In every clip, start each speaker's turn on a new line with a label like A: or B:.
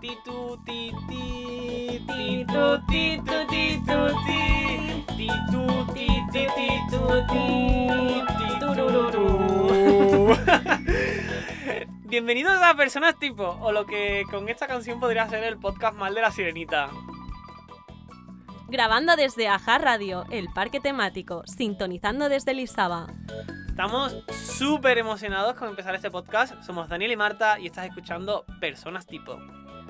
A: Titu, ti, ti, titu, titu, titu, ti. Titu, ti, ti, titu, ti. Titururú. Bienvenidos a Personas Tipo, o lo que con esta canción podría ser el podcast mal de la sirenita.
B: Grabando desde Aja Radio, el parque temático, sintonizando desde Lisaba.
A: Estamos súper emocionados con empezar este podcast. Somos Daniel y Marta y estás escuchando Personas Tipo.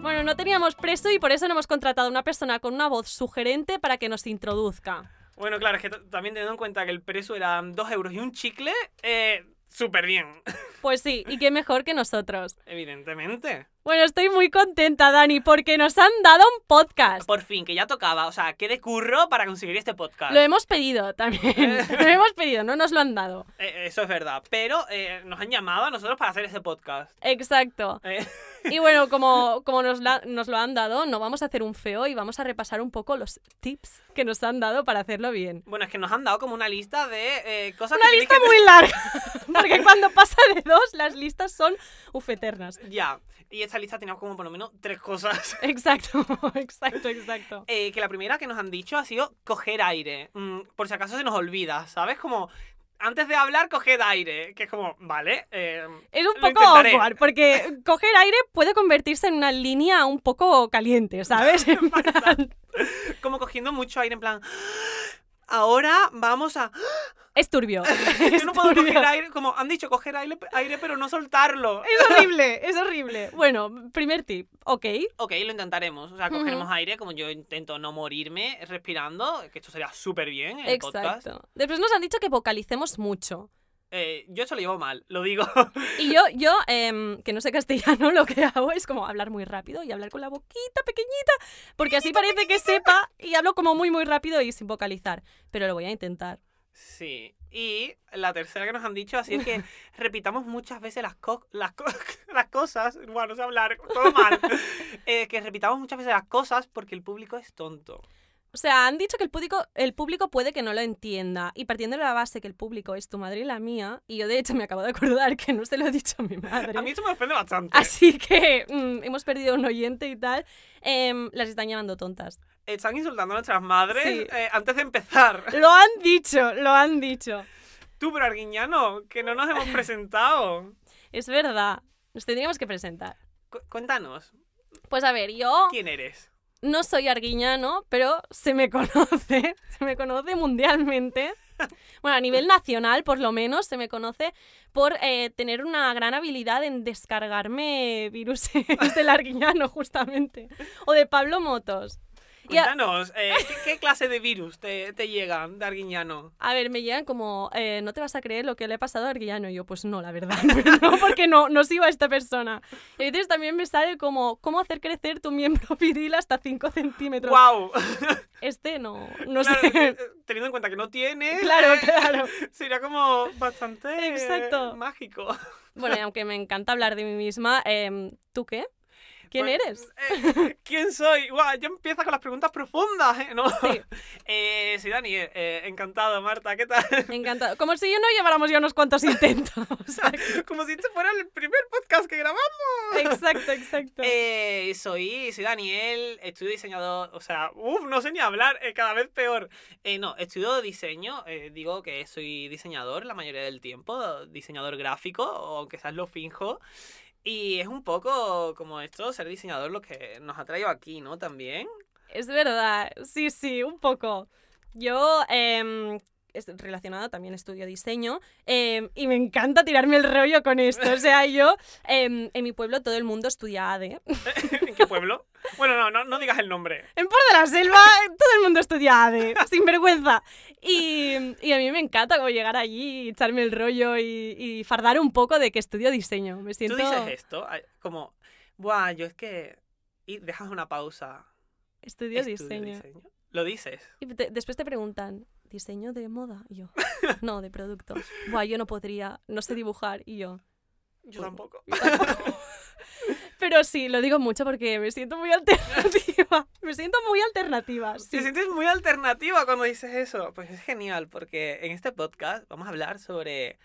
B: Bueno, no teníamos preso y por eso no hemos contratado a una persona con una voz sugerente para que nos introduzca.
A: Bueno, claro, es que t- también teniendo en cuenta que el precio eran 2 euros y un chicle, eh, súper bien,
B: Pues sí, y qué mejor que nosotros.
A: evidentemente.
B: Bueno, estoy muy contenta, Dani, porque nos han dado un podcast.
A: Por fin, que ya tocaba, o sea, qué de curro para conseguir este podcast.
B: Lo em hemos pedido también. Lo hemos pedido, no nos lo han dado.
A: Eh, eso es verdad, pero eh, nos han llamado a nosotros para hacer este podcast.
B: Exacto.
A: Eh,
B: Y bueno, como, como nos, la- nos lo han dado, no vamos a hacer un feo y vamos a repasar un poco los tips que nos han dado para hacerlo bien.
A: bueno, es que nos han dado como una lista de eh, cosas
B: Una
A: que tenéis
B: lista
A: que
B: muy larga, porque cuando pasa de dos, las listas son ufeternas.
A: Ya, y esta lista tenemos como por lo menos tres cosas.
B: Exacto, exacto, exacto.
A: Eh, que la primera que nos han dicho ha sido coger aire. Mm, por si acaso se nos olvida, ¿sabes? Como antes de hablar, coged aire. Que es como, vale. eh,
B: Es un
A: Lo
B: poco
A: intentaré.
B: awkward, porque coger aire puede convertirse en una línea un poco caliente, ¿sabes? En plan,
A: como cogiendo mucho aire, en plan. "Ah, Ahora vamos a.
B: es turbio.
A: Yo
B: Es,
A: no puedo
B: turbio.
A: coger aire. Como han dicho, coger aire, aire pero no soltarlo.
B: es horrible, es horrible. Bueno, primer tip, ok.
A: Ok, lo intentaremos. O sea, cogeremos
B: Ujú.
A: aire, como yo intento no morirme respirando, que esto sería súper bien en el podcast.
B: Exacto. Después nos han dicho que vocalicemos mucho.
A: Eh, yo eso lo llevo mal, lo digo.
B: Y yo, yo em, que no sé castellano, lo que hago es como hablar muy rápido y hablar con la boquita pequeñita, porque así parece que sepa y hablo como muy, muy rápido y sin vocalizar. Pero lo voy a intentar.
A: Sí. Y la tercera que nos han dicho así es que repitamos muchas veces las, co- las, co- las cosas. Bueno, no sé hablar, todo mal. Eh, que repitamos muchas veces las cosas porque el público es tonto.
B: O sea, han dicho que el público, el público puede que no lo entienda. Y partiendo de la base que el público es tu madre y la mía, y yo de hecho me acabo de acordar que no se lo he dicho a mi madre.
A: A mí eso me ofende bastante.
B: Así que mm, hemos perdido un oyente y tal. em, las están llamando tontas.
A: Eh, Están insultando a nuestras madres
B: Sí.
A: eh, antes de empezar.
B: Lo han dicho, lo han dicho.
A: Tú, pero Arguiñano, que no nos hemos presentado.
B: Es verdad. Nos tendríamos que presentar.
A: Cu- cuéntanos,
B: Pues a ver, yo
A: ¿quién eres?
B: no soy arguiñano, pero se me conoce, se me conoce mundialmente. Bueno, a nivel nacional, por lo menos, se me conoce por eh, tener una gran habilidad en descargarme viruses del arguiñano, justamente, o de Pablo Motos. Y a,
A: Cuéntanos, eh, ¿qué, qué clase de virus te, te llegan de Arguiñano?
B: a ver, me llegan como, eh, no te vas a creer lo que le ha pasado a Arguiñano. Y yo, pues no, la verdad, no, porque no, no sigo a esta persona. Y a veces también me sale como, ¿cómo hacer crecer tu miembro viril hasta 5 centímetros?
A: ¡Wow!
B: Este no, no
A: Claro, eh,
B: sé.
A: teniendo en cuenta que no tiene,
B: Claro,
A: eh,
B: claro.
A: sería como bastante eh,
B: Exacto.
A: mágico.
B: Bueno, y aunque me encanta hablar de mí misma, em, ¿tú qué? ¿Quién
A: Pues,
B: eres?
A: eh, ¿Quién soy? Guau, ya empieza con las preguntas profundas, ¿eh? ¿No?
B: Sí.
A: Eh, soy Dani, eh, eh, encantado, Marta, ¿qué tal?
B: Me encanta. Como si yo no lleváramos ya unos cuantos intentos. Exacto,
A: Como si este fuera el primer podcast que grabamos.
B: exacto. exacto.
A: Eh, soy, soy Daniel, estudio diseñador, o sea, uff, no sé ni hablar, eh, cada vez peor. Eh, no, estudio diseño, eh, digo que soy diseñador la mayoría del tiempo, diseñador gráfico, o aunque quizás lo finjo. Y es un poco como esto, ser diseñador, lo que nos ha traído aquí, ¿no? También.
B: Es verdad, sí, sí, un poco. Yo, em, es relacionada también estudio diseño em, y me encanta tirarme el rollo con esto. O sea, yo, em, en mi pueblo todo el mundo estudia E. ADE.
A: ¿En qué pueblo? Bueno, no, no, no digas el nombre.
B: En Por de la Selva todo el mundo estudia ADE, sin vergüenza. Y, y a mí me encanta como llegar allí y echarme el rollo y, y fardar un poco de que estudio diseño. Me siento...
A: Tú dices esto, ay, como, buah, yo es que... Y dejas una pausa.
B: Estudio,
A: Estudio
B: diseño.
A: diseño. Lo dices.
B: Y te- después te preguntan, ¿diseño de moda? Y yo, no, de producto. Buah, yo no podría, no sé dibujar. Y yo,
A: Yo
B: Bueno.
A: tampoco.
B: pero sí, lo digo mucho porque me siento muy alternativa. Me siento muy alternativa, sí.
A: Te sientes muy alternativa cuando dices eso. Pues es genial, porque en este podcast vamos a hablar sobre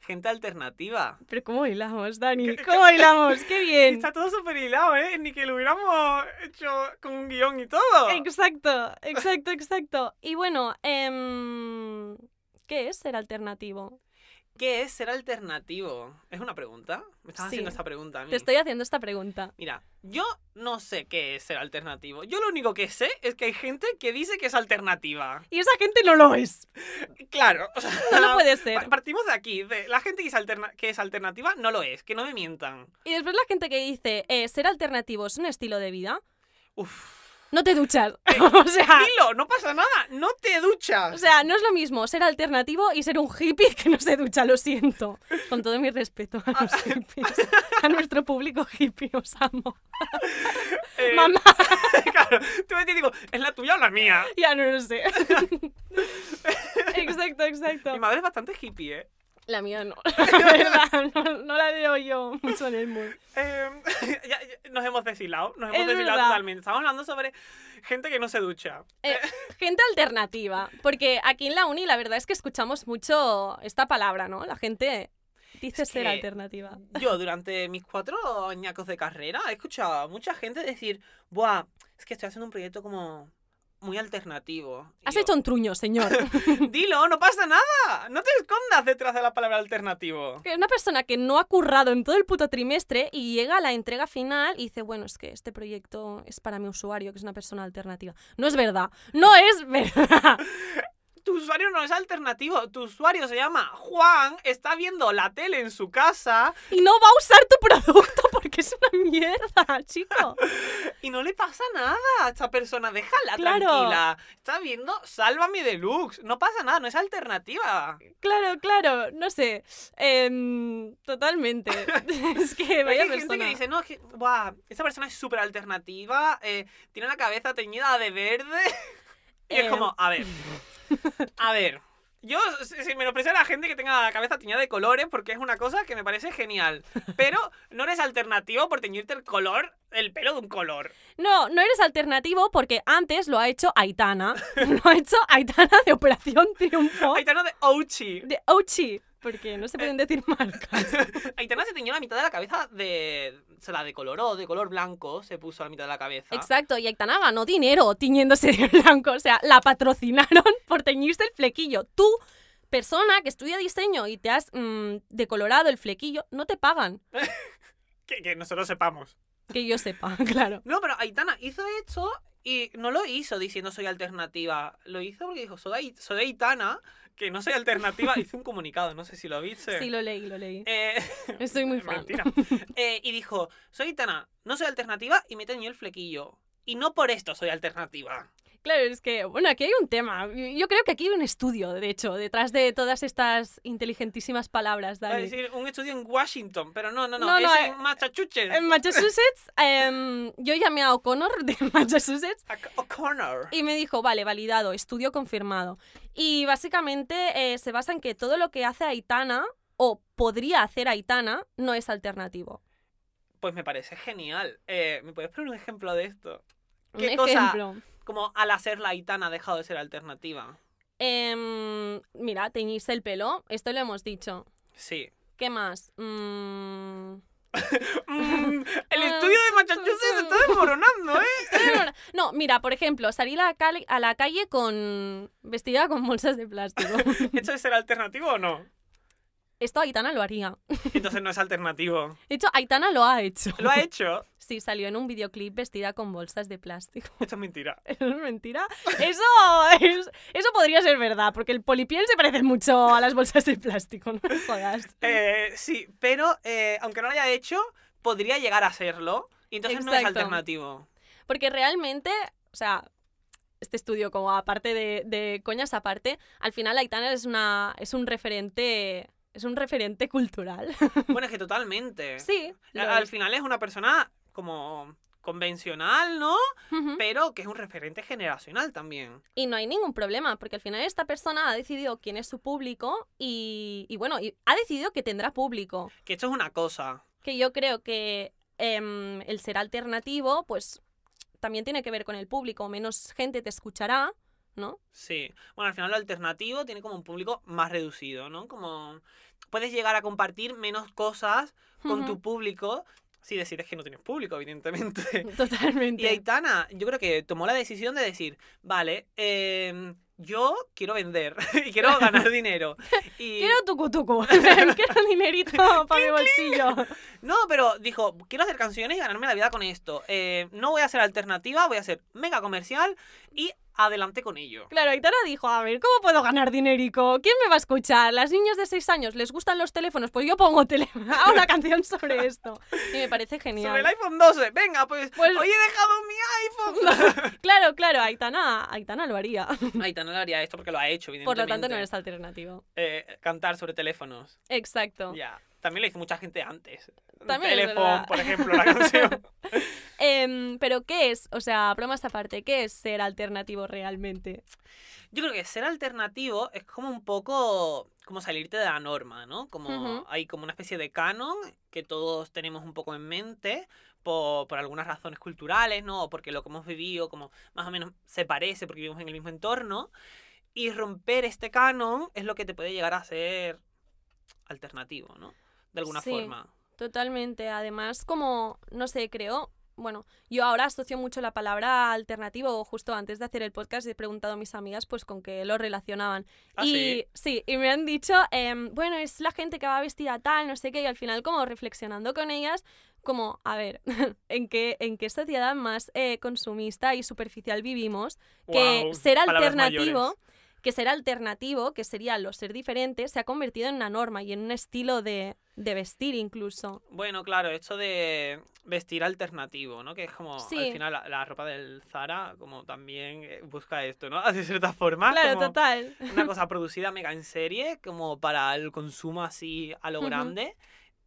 A: Gente alternativa.
B: Pero ¿cómo hilamos, Dani? ¿Cómo hilamos? ¡Qué bien!
A: Está todo súper hilado, ¿eh? Ni que lo hubiéramos hecho con un guión y todo.
B: E Exacto, exacto, exacto. Y bueno, em, ¿qué es ser alternativo?
A: ¿Qué es ser alternativo? ¿Es una pregunta? Me estás
B: Sí.
A: haciendo esta pregunta a mí.
B: Te estoy haciendo esta pregunta.
A: Mira, yo no sé qué es ser alternativo. Yo lo único que sé es que hay gente que dice que es alternativa.
B: Y esa gente no lo es.
A: Claro, o sea,
B: No lo puede
A: pa-
B: ser.
A: partimos de aquí. de la gente que es, alterna- que es alternativa no lo es, que no me mientan.
B: Y después la gente que dice, eh, ser alternativo es un estilo de vida.
A: Uf.
B: No te duchas. o, sea,
A: Dilo, no pasa nada, no te duchas.
B: o sea, no es lo mismo ser alternativo y ser un hippie que no se ducha, lo siento. Con todo mi respeto a los hippies. A nuestro público hippie, os amo.
A: Eh,
B: Mamá,
A: claro, tú me te digo, ¿es la tuya o la mía?
B: ya no lo sé. exacto, exacto.
A: Mi madre es bastante hippie, ¿eh?
B: La mía no. La verdad, no, no la veo yo mucho en el mood.
A: Eh, ya- ya- nos hemos deshilado, nos hemos
B: Es
A: deshilado
B: verdad.
A: totalmente. Estamos hablando sobre gente que no se ducha.
B: Gente alternativa. Porque aquí en la uni la verdad es que escuchamos mucho esta palabra, ¿no? La gente dice
A: Es
B: ser
A: que-
B: alternativa.
A: Yo durante mis cuatro añacos de carrera he escuchado a mucha gente decir, buah, es que estoy haciendo un proyecto como muy alternativo. Y
B: Has
A: yo,
B: hecho un truño, señor.
A: Dilo, no pasa nada. No te escondas detrás de la palabra alternativo.
B: Que una persona que no ha currado en todo el puto trimestre y llega a la entrega final y dice, bueno, es que este proyecto es para mi usuario, que es una persona alternativa. No es verdad. No es verdad.
A: Tu usuario no es alternativo. Tu usuario se llama Juan, está viendo la tele en su casa
B: Y no va a usar tu producto porque es una mierda, chico.
A: y no le pasa nada a esta persona. Déjala
B: Claro.
A: tranquila. Está viendo Sálvame Deluxe. No pasa nada, no es alternativa.
B: Claro, claro, no sé. Em, totalmente. es
A: Pero es
B: que
A: que
B: vaya
A: hay gente
B: persona.
A: que dice, no, es que, buah, esta persona es súper alternativa, eh, tiene la cabeza teñida de verde. y es
B: Eh.
A: como, a ver, a ver. Yo, si si menosprecio a la gente que tenga la cabeza teñida de colores, porque es una cosa que me parece genial. Pero no eres alternativo por teñirte el color, el pelo de un color.
B: No, no eres alternativo porque antes lo ha hecho Aitana. lo ha hecho Aitana de Operación Triunfo.
A: Aitana de Ouchi.
B: De Ochi. Porque no se pueden
A: Eh.
B: decir marcas.
A: Aitana se teñió la mitad de la cabeza de... Se la decoloró, de color blanco, se puso la mitad de la cabeza.
B: Exacto, y Aitana ganó dinero tiñéndose de blanco. O sea, la patrocinaron por teñirse el flequillo. Tú, persona que estudia diseño y te has mm, decolorado el flequillo, no te pagan.
A: Que, que nosotros sepamos.
B: Que yo sepa, claro.
A: No, pero Aitana hizo esto y no lo hizo diciendo soy alternativa. Lo hizo porque dijo, soy, Ai- soy Aitana, que no soy alternativa. hizo un comunicado, no sé si lo viste.
B: Sí, lo leí, lo leí.
A: Eh,
B: Estoy muy fan.
A: mentira. Eh, y dijo, soy Aitana, no soy alternativa y me teñí el flequillo. Y no por esto soy alternativa.
B: Claro, es que, bueno, aquí hay un tema. Yo creo que aquí hay un estudio, de hecho, detrás de todas estas inteligentísimas palabras,
A: Va a
B: Dani.
A: decir un estudio en Washington, pero no, no, no,
B: No,
A: es
B: no,
A: en
B: eh,
A: Massachusetts.
B: En Massachusetts, em, yo llamé a O'Connor de Massachusetts
A: A- O'Connor.
B: y me dijo, vale, validado, estudio confirmado. Y básicamente eh, se basa en que todo lo que hace Aitana o podría hacer Aitana no es alternativo.
A: Pues me parece genial. Eh, ¿Me puedes poner un ejemplo de esto? ¿Qué
B: Un
A: cosa?
B: ejemplo.
A: Como al hacer la Aitana ha dejado de ser alternativa.
B: Em, mira, teñirse el pelo, esto lo hemos dicho.
A: Sí,
B: ¿Qué más? Mm,
A: Mm, el
B: Ah,
A: estudio de Massachusetts se está desmoronando, ¿eh?
B: No, mira, por ejemplo, salir a la, cali- a la calle con vestida con bolsas de plástico.
A: ¿Esto es ser alternativo o no?
B: Esto Aitana lo haría.
A: Entonces no es alternativo.
B: De hecho, Aitana lo ha hecho.
A: Lo ha hecho.
B: Sí, salió en un videoclip vestida con bolsas de plástico.
A: Esto es mentira.
B: ¿Eso es mentira? Eso, es- eso podría ser verdad, porque el polipiel se parece mucho a las bolsas de plástico, no me jodas.
A: Eh, sí, pero eh, aunque no lo haya hecho, podría llegar a serlo. Y entonces no es
B: Exacto.
A: alternativo.
B: Porque realmente, o sea, este estudio, como aparte de, de coñas aparte, al final Aitana es, una, es un referente... Es un referente cultural.
A: Bueno, es que totalmente.
B: Sí. lo
A: Al al
B: es.
A: final es una persona como convencional, ¿no?
B: Ujú.
A: Pero que es un referente generacional también.
B: Y no hay ningún problema, porque al final esta persona ha decidido quién es su público y, y bueno, y ha decidido que tendrá público.
A: Que esto es una cosa.
B: Que yo creo que em, el ser alternativo, pues también tiene que ver con el público. Menos gente te escuchará, ¿no?
A: Sí. Bueno, al final lo alternativo tiene como un público más reducido, ¿no? Como puedes llegar a compartir menos cosas con
B: Ujú.
A: tu público si decides que no tienes público, evidentemente. Y
B: Totalmente.
A: Aitana, yo creo que tomó la decisión de decir, vale, em, yo quiero vender y quiero ganar dinero. Y...
B: Quiero tucu tucu. Quiero dinerito para mi bolsillo.
A: No, pero dijo, quiero hacer canciones y ganarme la vida con esto. Eh, no voy a hacer alternativa, voy a hacer mega comercial y adelante con ello.
B: Claro, Aitana dijo, a ver, ¿cómo puedo ganar dinerico? ¿Quién me va a escuchar? Las niñas de 6 años les gustan los teléfonos, pues yo pongo tele hago una canción sobre esto. Y me parece
A: Sobre el
B: genial.
A: iPhone 12, venga, pues,
B: Pues-
A: hoy he dejado mi iPhone.
B: Claro, claro, Aitana, Aitana lo haría.
A: Aitana no haría esto porque lo ha hecho,
B: Por
A: evidentemente.
B: lo tanto, no eres alternativo.
A: Eh, cantar sobre teléfonos.
B: Exacto.
A: Ya. También lo hizo mucha gente antes.
B: También es
A: Teléfono,
B: verdad.
A: por ejemplo, la canción.
B: Em, Pero, ¿qué es? O sea, bromas aparte, ¿qué es ser alternativo realmente?
A: Yo creo que ser alternativo es como un poco como salirte de la norma, ¿no? Como
B: Ujú.
A: hay como una especie de canon que todos tenemos un poco en mente por, por algunas razones culturales, ¿no? O porque lo que hemos vivido como más o menos se parece porque vivimos en el mismo entorno. Y romper este canon es lo que te puede llegar a ser alternativo, ¿no? De alguna
B: Sí.
A: forma.
B: Totalmente. Además, como, no sé, creo, bueno, yo ahora asocio mucho la palabra alternativo. Justo antes de hacer el podcast he preguntado a mis amigas pues con qué lo relacionaban.
A: Ah,
B: y
A: sí.
B: y me han dicho, em, bueno, es la gente que va vestida tal, no sé qué, y al final como reflexionando con ellas, como, a ver, ¿en qué, en qué sociedad más eh, consumista y superficial vivimos? Que
A: Guau,
B: ser
A: palabras
B: alternativo,
A: mayores.
B: que ser alternativo, que sería lo ser diferente, se ha convertido en una norma y en un estilo de, de vestir incluso.
A: Bueno, claro, esto de vestir alternativo, ¿no? Que es como, al
B: Sí.
A: final, la, la ropa del Zara como también eh, busca esto, ¿no? De cierta forma,
B: Claro,
A: Ah, como
B: total.
A: una cosa producida mega en serie, como para el consumo así a lo
B: Ujú.
A: grande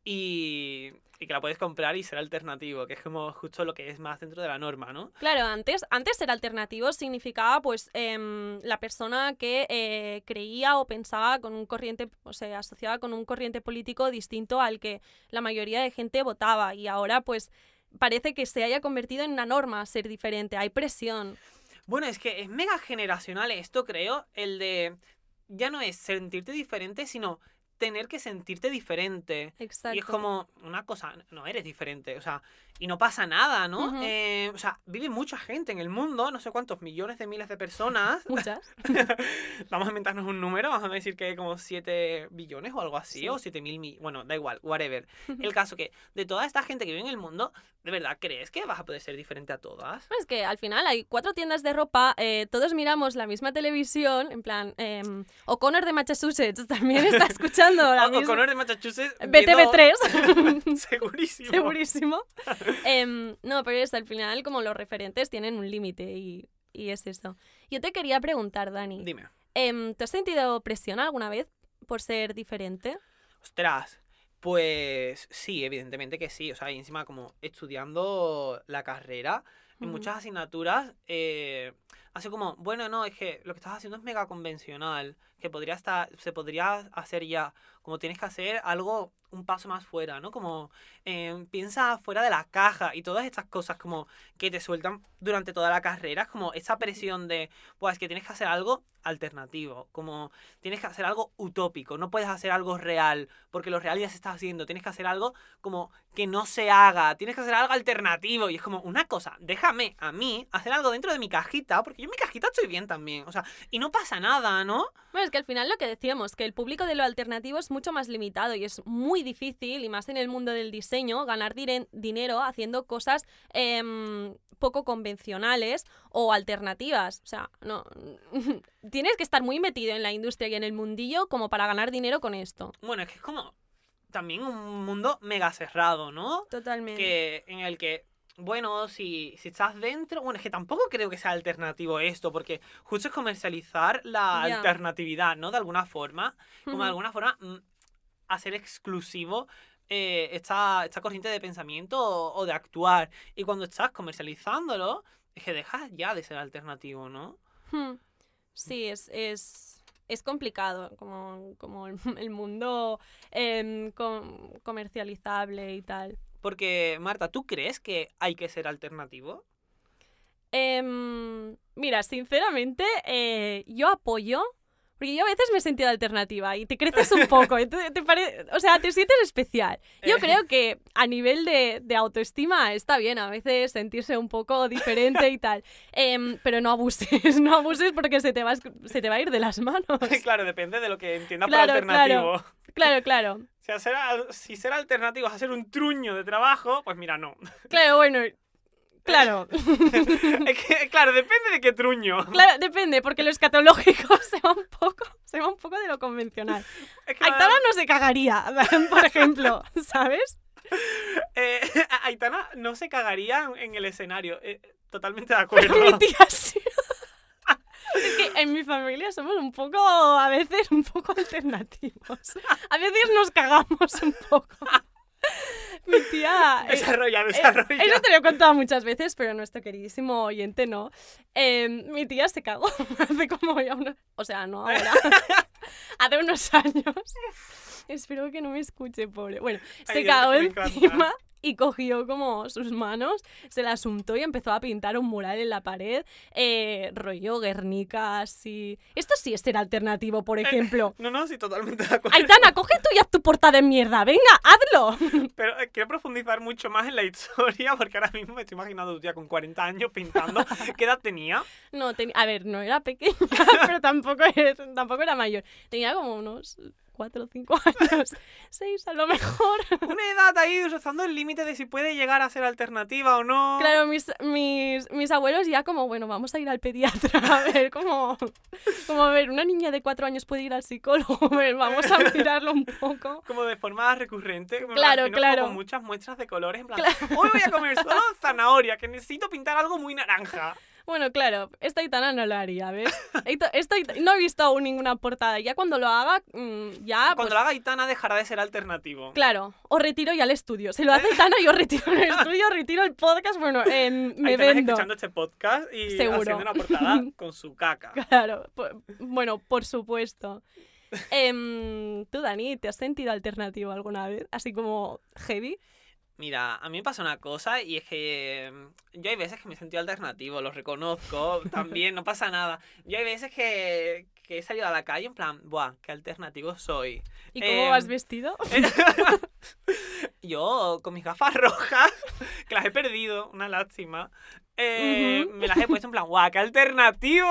A: y, y que la puedes comprar y ser alternativo, que es como justo lo que es más dentro de la norma, ¿no?
B: Claro, antes, antes ser alternativo significaba pues em, la persona que eh, creía o pensaba con un corriente, o sea, asociaba con un corriente político distinto al que la mayoría de gente votaba y ahora pues parece que se haya convertido en una norma ser diferente, hay presión.
A: Bueno, es que es mega generacional esto, creo, el de ya no es sentirte diferente, sino tener que sentirte diferente.
B: Exacto.
A: Y es como una cosa, no eres diferente, o sea, y no pasa nada, ¿no?
B: Ujú.
A: Eh, o sea, vive mucha gente en el mundo, no sé cuántos millones de miles de personas.
B: Muchas.
A: vamos a inventarnos un número, vamos a decir que hay como 7 billones o algo así,
B: Sí.
A: o 7 mil millones, bueno, da igual, whatever. El caso que de toda esta gente que vive en el mundo, ¿de verdad crees que vas a poder ser diferente a todas?
B: Es que al final hay cuatro tiendas de ropa, eh, todos miramos la misma televisión, en plan, em, O'Connor de Massachusetts también está escuchando la
A: O-
B: misma...
A: O'Connor de Massachusetts. viendo-
B: BTV3.
A: Segurísimo.
B: Segurísimo. Em, no, pero es al final como los referentes tienen un límite y, y es eso. Yo te quería preguntar, Dani,
A: Dime.
B: em, ¿te has sentido presión alguna vez por ser diferente?
A: Ostras, pues sí, evidentemente que sí. O sea, y encima como estudiando la carrera, en
B: Ujú.
A: muchas asignaturas, eh, hace como, bueno, no, es que lo que estás haciendo es mega convencional, que podría estar, se podría hacer ya, como tienes que hacer algo un paso más fuera, ¿no? Como eh, piensa fuera de la caja y todas estas cosas como que te sueltan durante toda la carrera, es como esa presión de, pues es que tienes que hacer algo alternativo, como tienes que hacer algo utópico, no puedes hacer algo real, porque lo real ya se está haciendo, tienes que hacer algo como que no se haga, tienes que hacer algo alternativo. Y es como, una cosa, déjame a mí hacer algo dentro de mi cajita, porque yo en mi cajita estoy bien también, o sea, y no pasa nada, ¿no?
B: Bueno, es que al final lo que decíamos, que el público de lo alternativo es mucho más limitado y es muy difícil, y más en el mundo del diseño, ganar dire- dinero haciendo cosas em, poco convencionales o alternativas. O sea, no. Tienes que estar muy metido en la industria y en el mundillo como para ganar dinero con esto.
A: Bueno, es que es como también un mundo mega cerrado, ¿no?
B: Totalmente.
A: que en el que bueno, si, si estás dentro, bueno, es que tampoco creo que sea alternativo esto, porque justo es comercializar la
B: Ya.
A: alternatividad, ¿no? De alguna forma, como
B: Ujú.
A: de alguna forma mm, hacer exclusivo eh, esta, esta corriente de pensamiento o, o de actuar. Y cuando estás comercializándolo, es que dejas ya de ser alternativo, ¿no?
B: Hmm. Sí, es, es, es complicado, como, como el, el mundo em, com- comercializable y tal.
A: Porque, Marta, ¿tú crees que hay que ser alternativo?
B: Em, mira, sinceramente, eh, yo apoyo. Porque yo a veces me he sentido alternativa y te creces un poco, y te- te pare- o sea, te sientes especial. Yo
A: Eh.
B: creo que a nivel de, de autoestima está bien a veces sentirse un poco diferente y tal, Em, pero no abuses, no abuses porque se te va, a escu- se te va a ir de las manos.
A: claro, depende de lo que entiendas por
B: Pues Claro, claro.
A: alternativo.
B: Claro, claro.
A: O sea, será- si ser alternativo es hacer un truño de trabajo, pues mira, no.
B: Claro, bueno, claro.
A: Es que, claro, depende de qué truño.
B: Claro, depende, porque lo escatológico se va un poco, se va un poco de lo convencional.
A: Es que,
B: Aitana no se cagaría, por ejemplo, ¿sabes?
A: eh, Aitana no se cagaría en el escenario. Eh, totalmente de acuerdo.
B: Mi tía sí. Es que en mi familia somos un poco, a veces, un poco alternativos. A veces nos cagamos un poco. Mi tía... eh,
A: Desarrolla,
B: Eh,
A: desarrolla.
B: Eso te lo he contado muchas veces, pero nuestro queridísimo oyente no. Eh, mi tía se cagó hace como ya unos... O sea, no ahora. hace unos años. Espero que no me escuche, pobre. Bueno, se
A: Ay, Dios,
B: cagó
A: me encanta.
B: encima y cogió como sus manos, se las untó y empezó a pintar un mural en la pared. eh, rollo Guernica, así... Esto sí es ser alternativo,
A: Eh,
B: por ejemplo.
A: No, no, sí, totalmente de acuerdo.
B: Aitana, coge tú ya tu porta de mierda. Venga, hazlo.
A: Pero eh, quiero profundizar mucho más en la historia porque ahora mismo me estoy imaginando a tu tía con 40 años pintando. ¿Qué edad tenía?
B: No, teni- a ver, no era pequeña, pero tampoco, era- tampoco era mayor. Tenía como unos 4 o 5 años, 6 a lo mejor.
A: Una edad ahí rozando el límite de si puede llegar a ser alternativa o no.
B: Claro, mis, mis, mis abuelos ya como, bueno, vamos a ir al pediatra, a ver, como, como a ver, una niña de 4 años puede ir al psicólogo, a ver, vamos a mirarlo un poco.
A: Como de forma recurrente. me
B: Claro,
A: imagino
B: claro.
A: Como con muchas muestras de colores. En plan, hoy voy a comer solo zanahoria, que necesito pintar algo muy naranja.
B: Bueno, claro, esta Aitana no lo haría, ¿ves? Esto- esto- no he visto aún ninguna portada, ya cuando lo haga, mm, ya...
A: Cuando
B: pues,
A: la haga Aitana dejará de ser alternativo.
B: Claro, o retiro ya el estudio. Se lo hace Tana, yo retiro el estudio, retiro el podcast, bueno, em, me
A: Aitana
B: vendo.
A: escuchando este podcast y
B: Seguro.
A: haciendo una portada con su caca.
B: Claro, po- bueno, por supuesto. Em, Tú, Dani, ¿te has sentido alternativo alguna vez? Así como heavy.
A: Mira, a mí me pasa una cosa y es que mm, yo hay veces que me he sentido alternativo, lo reconozco, también no pasa nada. Yo hay veces que, que he salido a la calle en plan, buah, qué alternativo soy.
B: ¿Y cómo
A: Em,
B: vas vestido?
A: Yo con mis gafas rojas, que las he perdido, una lástima, eh,
B: Ujú.
A: me las he puesto en plan, guau, qué alternativo.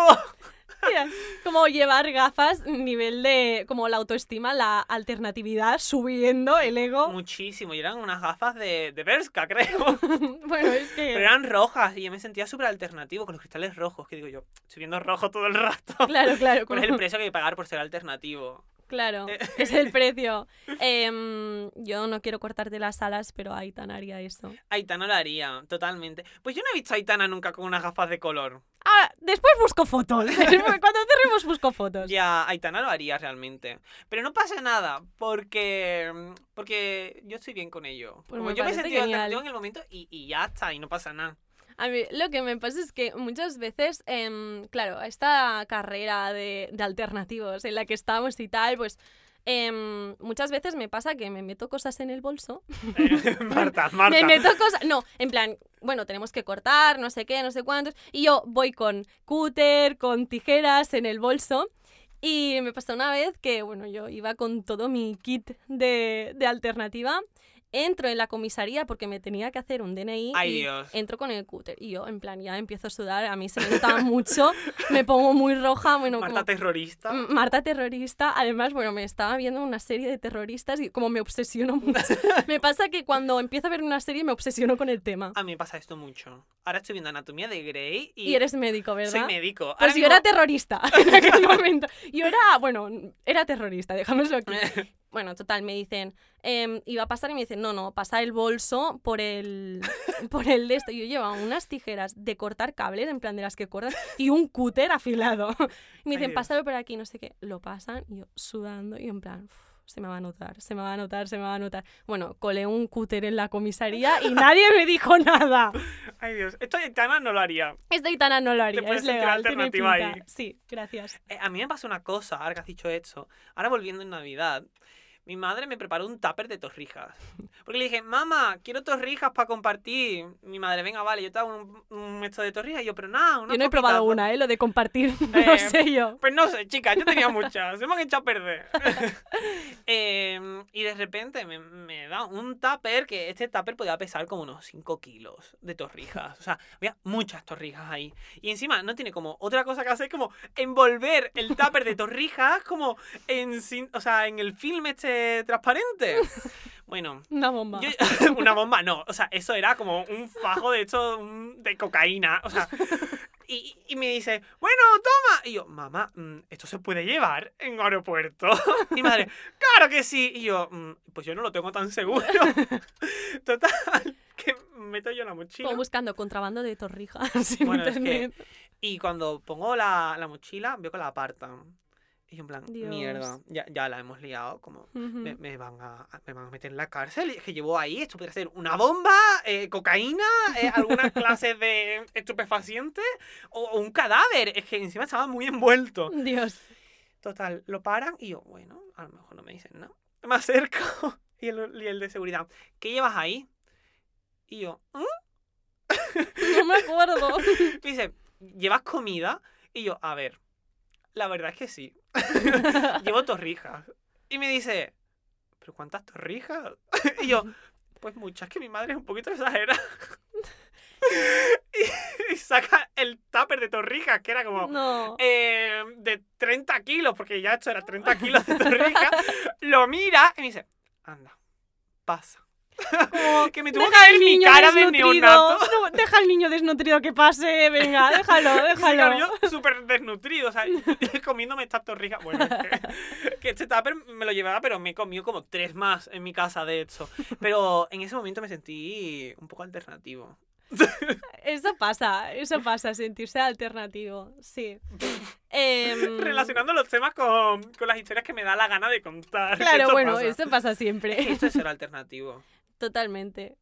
B: Mira, como llevar gafas, nivel de. como la autoestima, la alternatividad, subiendo el ego.
A: Muchísimo, y eran unas gafas de, de Berska, creo.
B: bueno, es que.
A: Pero eran rojas y yo me sentía súper alternativo con los cristales rojos, que digo yo, estoy viendo rojo todo el rato.
B: Claro, claro.
A: ¿Cuál es
B: como-
A: el precio que hay que pagar por ser alternativo?
B: Claro,
A: Eh.
B: es el precio. Em, yo no quiero cortarte las alas, pero Aitana haría eso.
A: Aitana lo haría, totalmente. Pues yo no he visto a Aitana nunca con unas gafas de color.
B: Ahora, Ah, después busco fotos. Después, Cuando cerremos busco fotos.
A: Ya, Aitana lo haría realmente. Pero no pasa nada, porque mm, porque yo estoy bien con ello.
B: Pues
A: Como
B: me
A: yo me he
B: parece
A: sentido
B: genial.
A: alternativo en el momento y, y ya está, y no pasa nada.
B: A mí lo que me pasa es que muchas veces, em, claro, esta carrera de, de alternativos en la que estamos y tal, pues em, muchas veces me pasa que me meto cosas en el bolso.
A: Eh, Marta,
B: Me
A: Marta.
B: meto cosas... No, en plan, bueno, tenemos que cortar, no sé qué, no sé cuántos. Y yo voy con cúter, con tijeras en el bolso. Y me pasó una vez que, bueno, yo iba con todo mi kit de, de alternativa. Entro en la comisaría porque me tenía que hacer un DNI.
A: Ay,
B: y
A: Dios.
B: Entro con el cúter. Y yo, en plan, ya empiezo a sudar. A mí se me nota mucho. Me pongo muy roja. Bueno,
A: Marta
B: como-
A: terrorista.
B: M- Marta terrorista. Además, bueno, me estaba viendo una serie de terroristas y como me obsesiono mucho. me pasa que cuando empiezo a ver una serie me obsesiono con el tema.
A: A mí me pasa esto mucho. Ahora estoy viendo Anatomía de Grey y,
B: Y eres médico, ¿verdad?
A: soy médico. Ahora
B: Pues yo
A: mismo-
B: era terrorista en aquel momento. Yo era, bueno, era terrorista, dejámoslo aquí. Bueno, total, me dicen, em, iba a pasar y me dicen, no, no, pasa el bolso por el, por el de esto. Yo llevaba unas tijeras de cortar cables, en plan de las que cortan, y un cúter afilado. Y
A: Ay,
B: me dicen,
A: Dios.
B: pásalo por aquí, no sé qué. Lo pasan, y yo sudando, y en plan, "Uf, se me va a notar, se me va a notar, se me va a notar. Bueno, colé un cúter en la comisaría y nadie me dijo nada.
A: Ay, Dios. Esto Aitana no lo haría.
B: Esta gitana no lo haría,
A: puedes
B: es
A: sentir
B: legal, tiene
A: alternativa
B: pinta.
A: ahí.
B: Sí, gracias.
A: Eh, A mí me pasa una cosa, ahora que has dicho eso, ahora volviendo en Navidad, mi madre me preparó un tupper de torrijas. Porque le dije, mamá, quiero torrijas para compartir. Mi madre, venga, vale, yo te hago un, un esto de torrijas. Y yo, pero nada, una
B: Yo no he
A: poquita,
B: probado
A: por-
B: una, ¿eh? Lo de compartir,
A: Eh,
B: no sé yo.
A: Pues no sé, chicas, yo tenía muchas. Se me han echado a perder. Eh, y de repente me, me da un tupper que este tupper podía pesar como unos 5 kilos de torrijas. O sea, había muchas torrijas ahí. Y encima no tiene como otra cosa que hacer como envolver el tupper de torrijas como en, cin- o sea, en el film este transparente. Bueno,
B: Una bomba.
A: yo- una bomba, no. O sea, eso era como un fajo de hecho un- de cocaína. O sea. Y, y me dice, bueno, toma. Y yo, mamá, mm, ¿esto se puede llevar en un aeropuerto? Y madre, claro que sí. Y yo, "Mm, pues yo no lo tengo tan seguro. Total, que meto yo en la mochila.
B: Como buscando contrabando de torrijas en
A: Bueno, es que-
B: internet.
A: Y cuando pongo la, la mochila, veo que la apartan. Y yo, en plan,
B: Dios.
A: mierda, ya, ya la hemos liado. Como,
B: Ujú.
A: me, me van a, me van a meter en la cárcel. Es que llevo ahí, esto podría ser una bomba, eh, cocaína, eh, algunas clases de estupefacientes o, o un cadáver. Es que encima estaba muy envuelto.
B: Dios.
A: Total, lo paran y yo, bueno, a lo mejor no me dicen nada. Me acerco y el, y el de seguridad, ¿qué llevas ahí? Y yo, "¿Mm?".
B: No me acuerdo.
A: me dice, ¿llevas comida? Y yo, a ver, la verdad es que sí. Llevo torrijas. Y me dice, ¿pero cuántas torrijas? Y yo, pues muchas, que mi madre es un poquito exagerada. Y, y saca el tupper de torrijas, que era como
B: No.
A: eh, de 30 kilos, porque ya esto era 30 kilos de torrijas. Lo mira y me dice, anda, pasa.
B: Como,
A: que me tuvo que
B: deja al
A: ver mi
B: niño
A: cara de
B: desnutrido.
A: neonato.
B: No, deja al niño desnutrido que pase. Venga, déjalo,
A: Y se quedaron
B: déjalo.
A: yo súper desnutrido, o sea, comiéndome estas torrijas. Bueno, es que, que este tupper me lo llevaba, pero me he comido como tres más en mi casa, de hecho. Pero en ese momento me sentí un poco alternativo.
B: Eso pasa, eso pasa, sentirse alternativo. Sí. Em,
A: Relacionando los temas con, con las historias que me da la gana de contar. que
B: Claro,
A: esto
B: bueno,
A: pasa.
B: eso pasa
A: Es que
B: siempre.
A: Esto es ser alternativo.
B: Totalmente.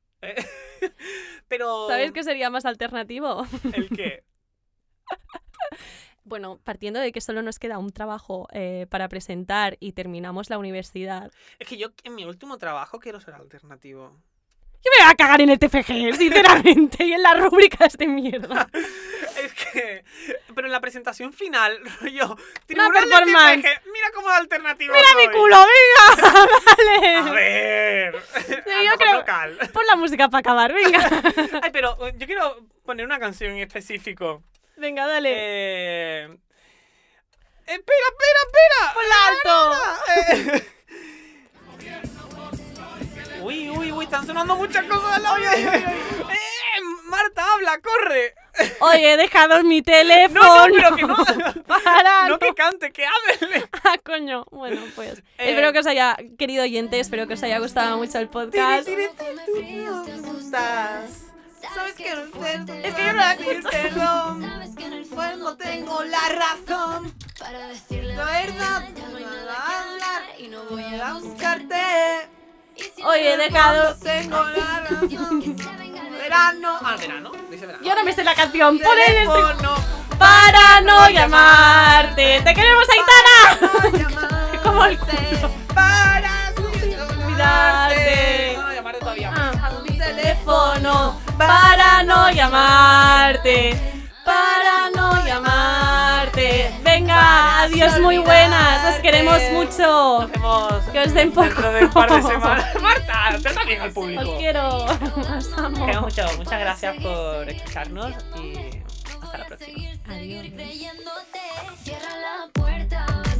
A: Pero.
B: ¿Sabes qué sería más alternativo?
A: ¿El qué?
B: Bueno, partiendo de que solo nos queda un trabajo eh, para presentar y terminamos la universidad.
A: Es que yo en mi último trabajo quiero ser alternativo.
B: Yo me voy a cagar en el TFG, sinceramente, y en las rúbricas de mierda.
A: Es que. Pero en la presentación final, yo.
B: performance.
A: mira cómo alternativo.
B: ¡Mira mi
A: soy.
B: culo, venga!
A: A
B: ¡Vale!
A: ver. a
B: yo
A: lo mejor
B: creo-
A: local.
B: Pon la música para acabar, venga.
A: Ay, pero eh, yo quiero poner una canción en específico.
B: Venga, dale.
A: Eh... Espera, Eh. espera, espera. ¡Hola, alto! Uy, uy, uy, están sonando muchas cosas al lado. Eh, Marta, habla, corre.
B: Oye, he dejado mi teléfono.
A: No, no, pero que no.
B: Para,
A: No
B: no.
A: que cante, que hable.
B: Ah, coño. Bueno, pues.
A: Eh.
B: Espero que os haya, querido oyente, espero que os haya gustado mucho el podcast.
A: me gustas.
C: Sabes que no tengo
A: Es que yo no decírtelo.
C: Sabes que en el
A: Pues
C: fondo
A: no tengo la razón.
C: para decirle
A: La verdad,
C: ya no hay
A: nada
C: nada que hablar y no voy a buscarte. Y si
B: Oye, he
C: no
B: dejado.
A: Tengo la
C: canción que se venga de-
A: Verano. Ah, verano. Dice verano.
B: Yo no me sé la canción. Pon el este-
A: Teléfono
B: Para no llamarte. ¡Te queremos, Aitana!
A: para llamarte.
B: Como el
A: Para
B: Olvidarte.
A: No, no, llamarte todavía.
B: Ah, mi teléfono para no llamarte. Para no llamarte. Venga, adiós, muy buenas. Os queremos mucho.
A: Nos vemos
B: Que os den por
A: dentro de un par de
B: culo.
A: semanas. Marta, trata bien al público.
B: Os quiero. Os amo.
A: Queremos mucho. Muchas gracias por escucharnos y hasta la próxima.
C: Seguir, seguir creyéndote. Cierra la puerta,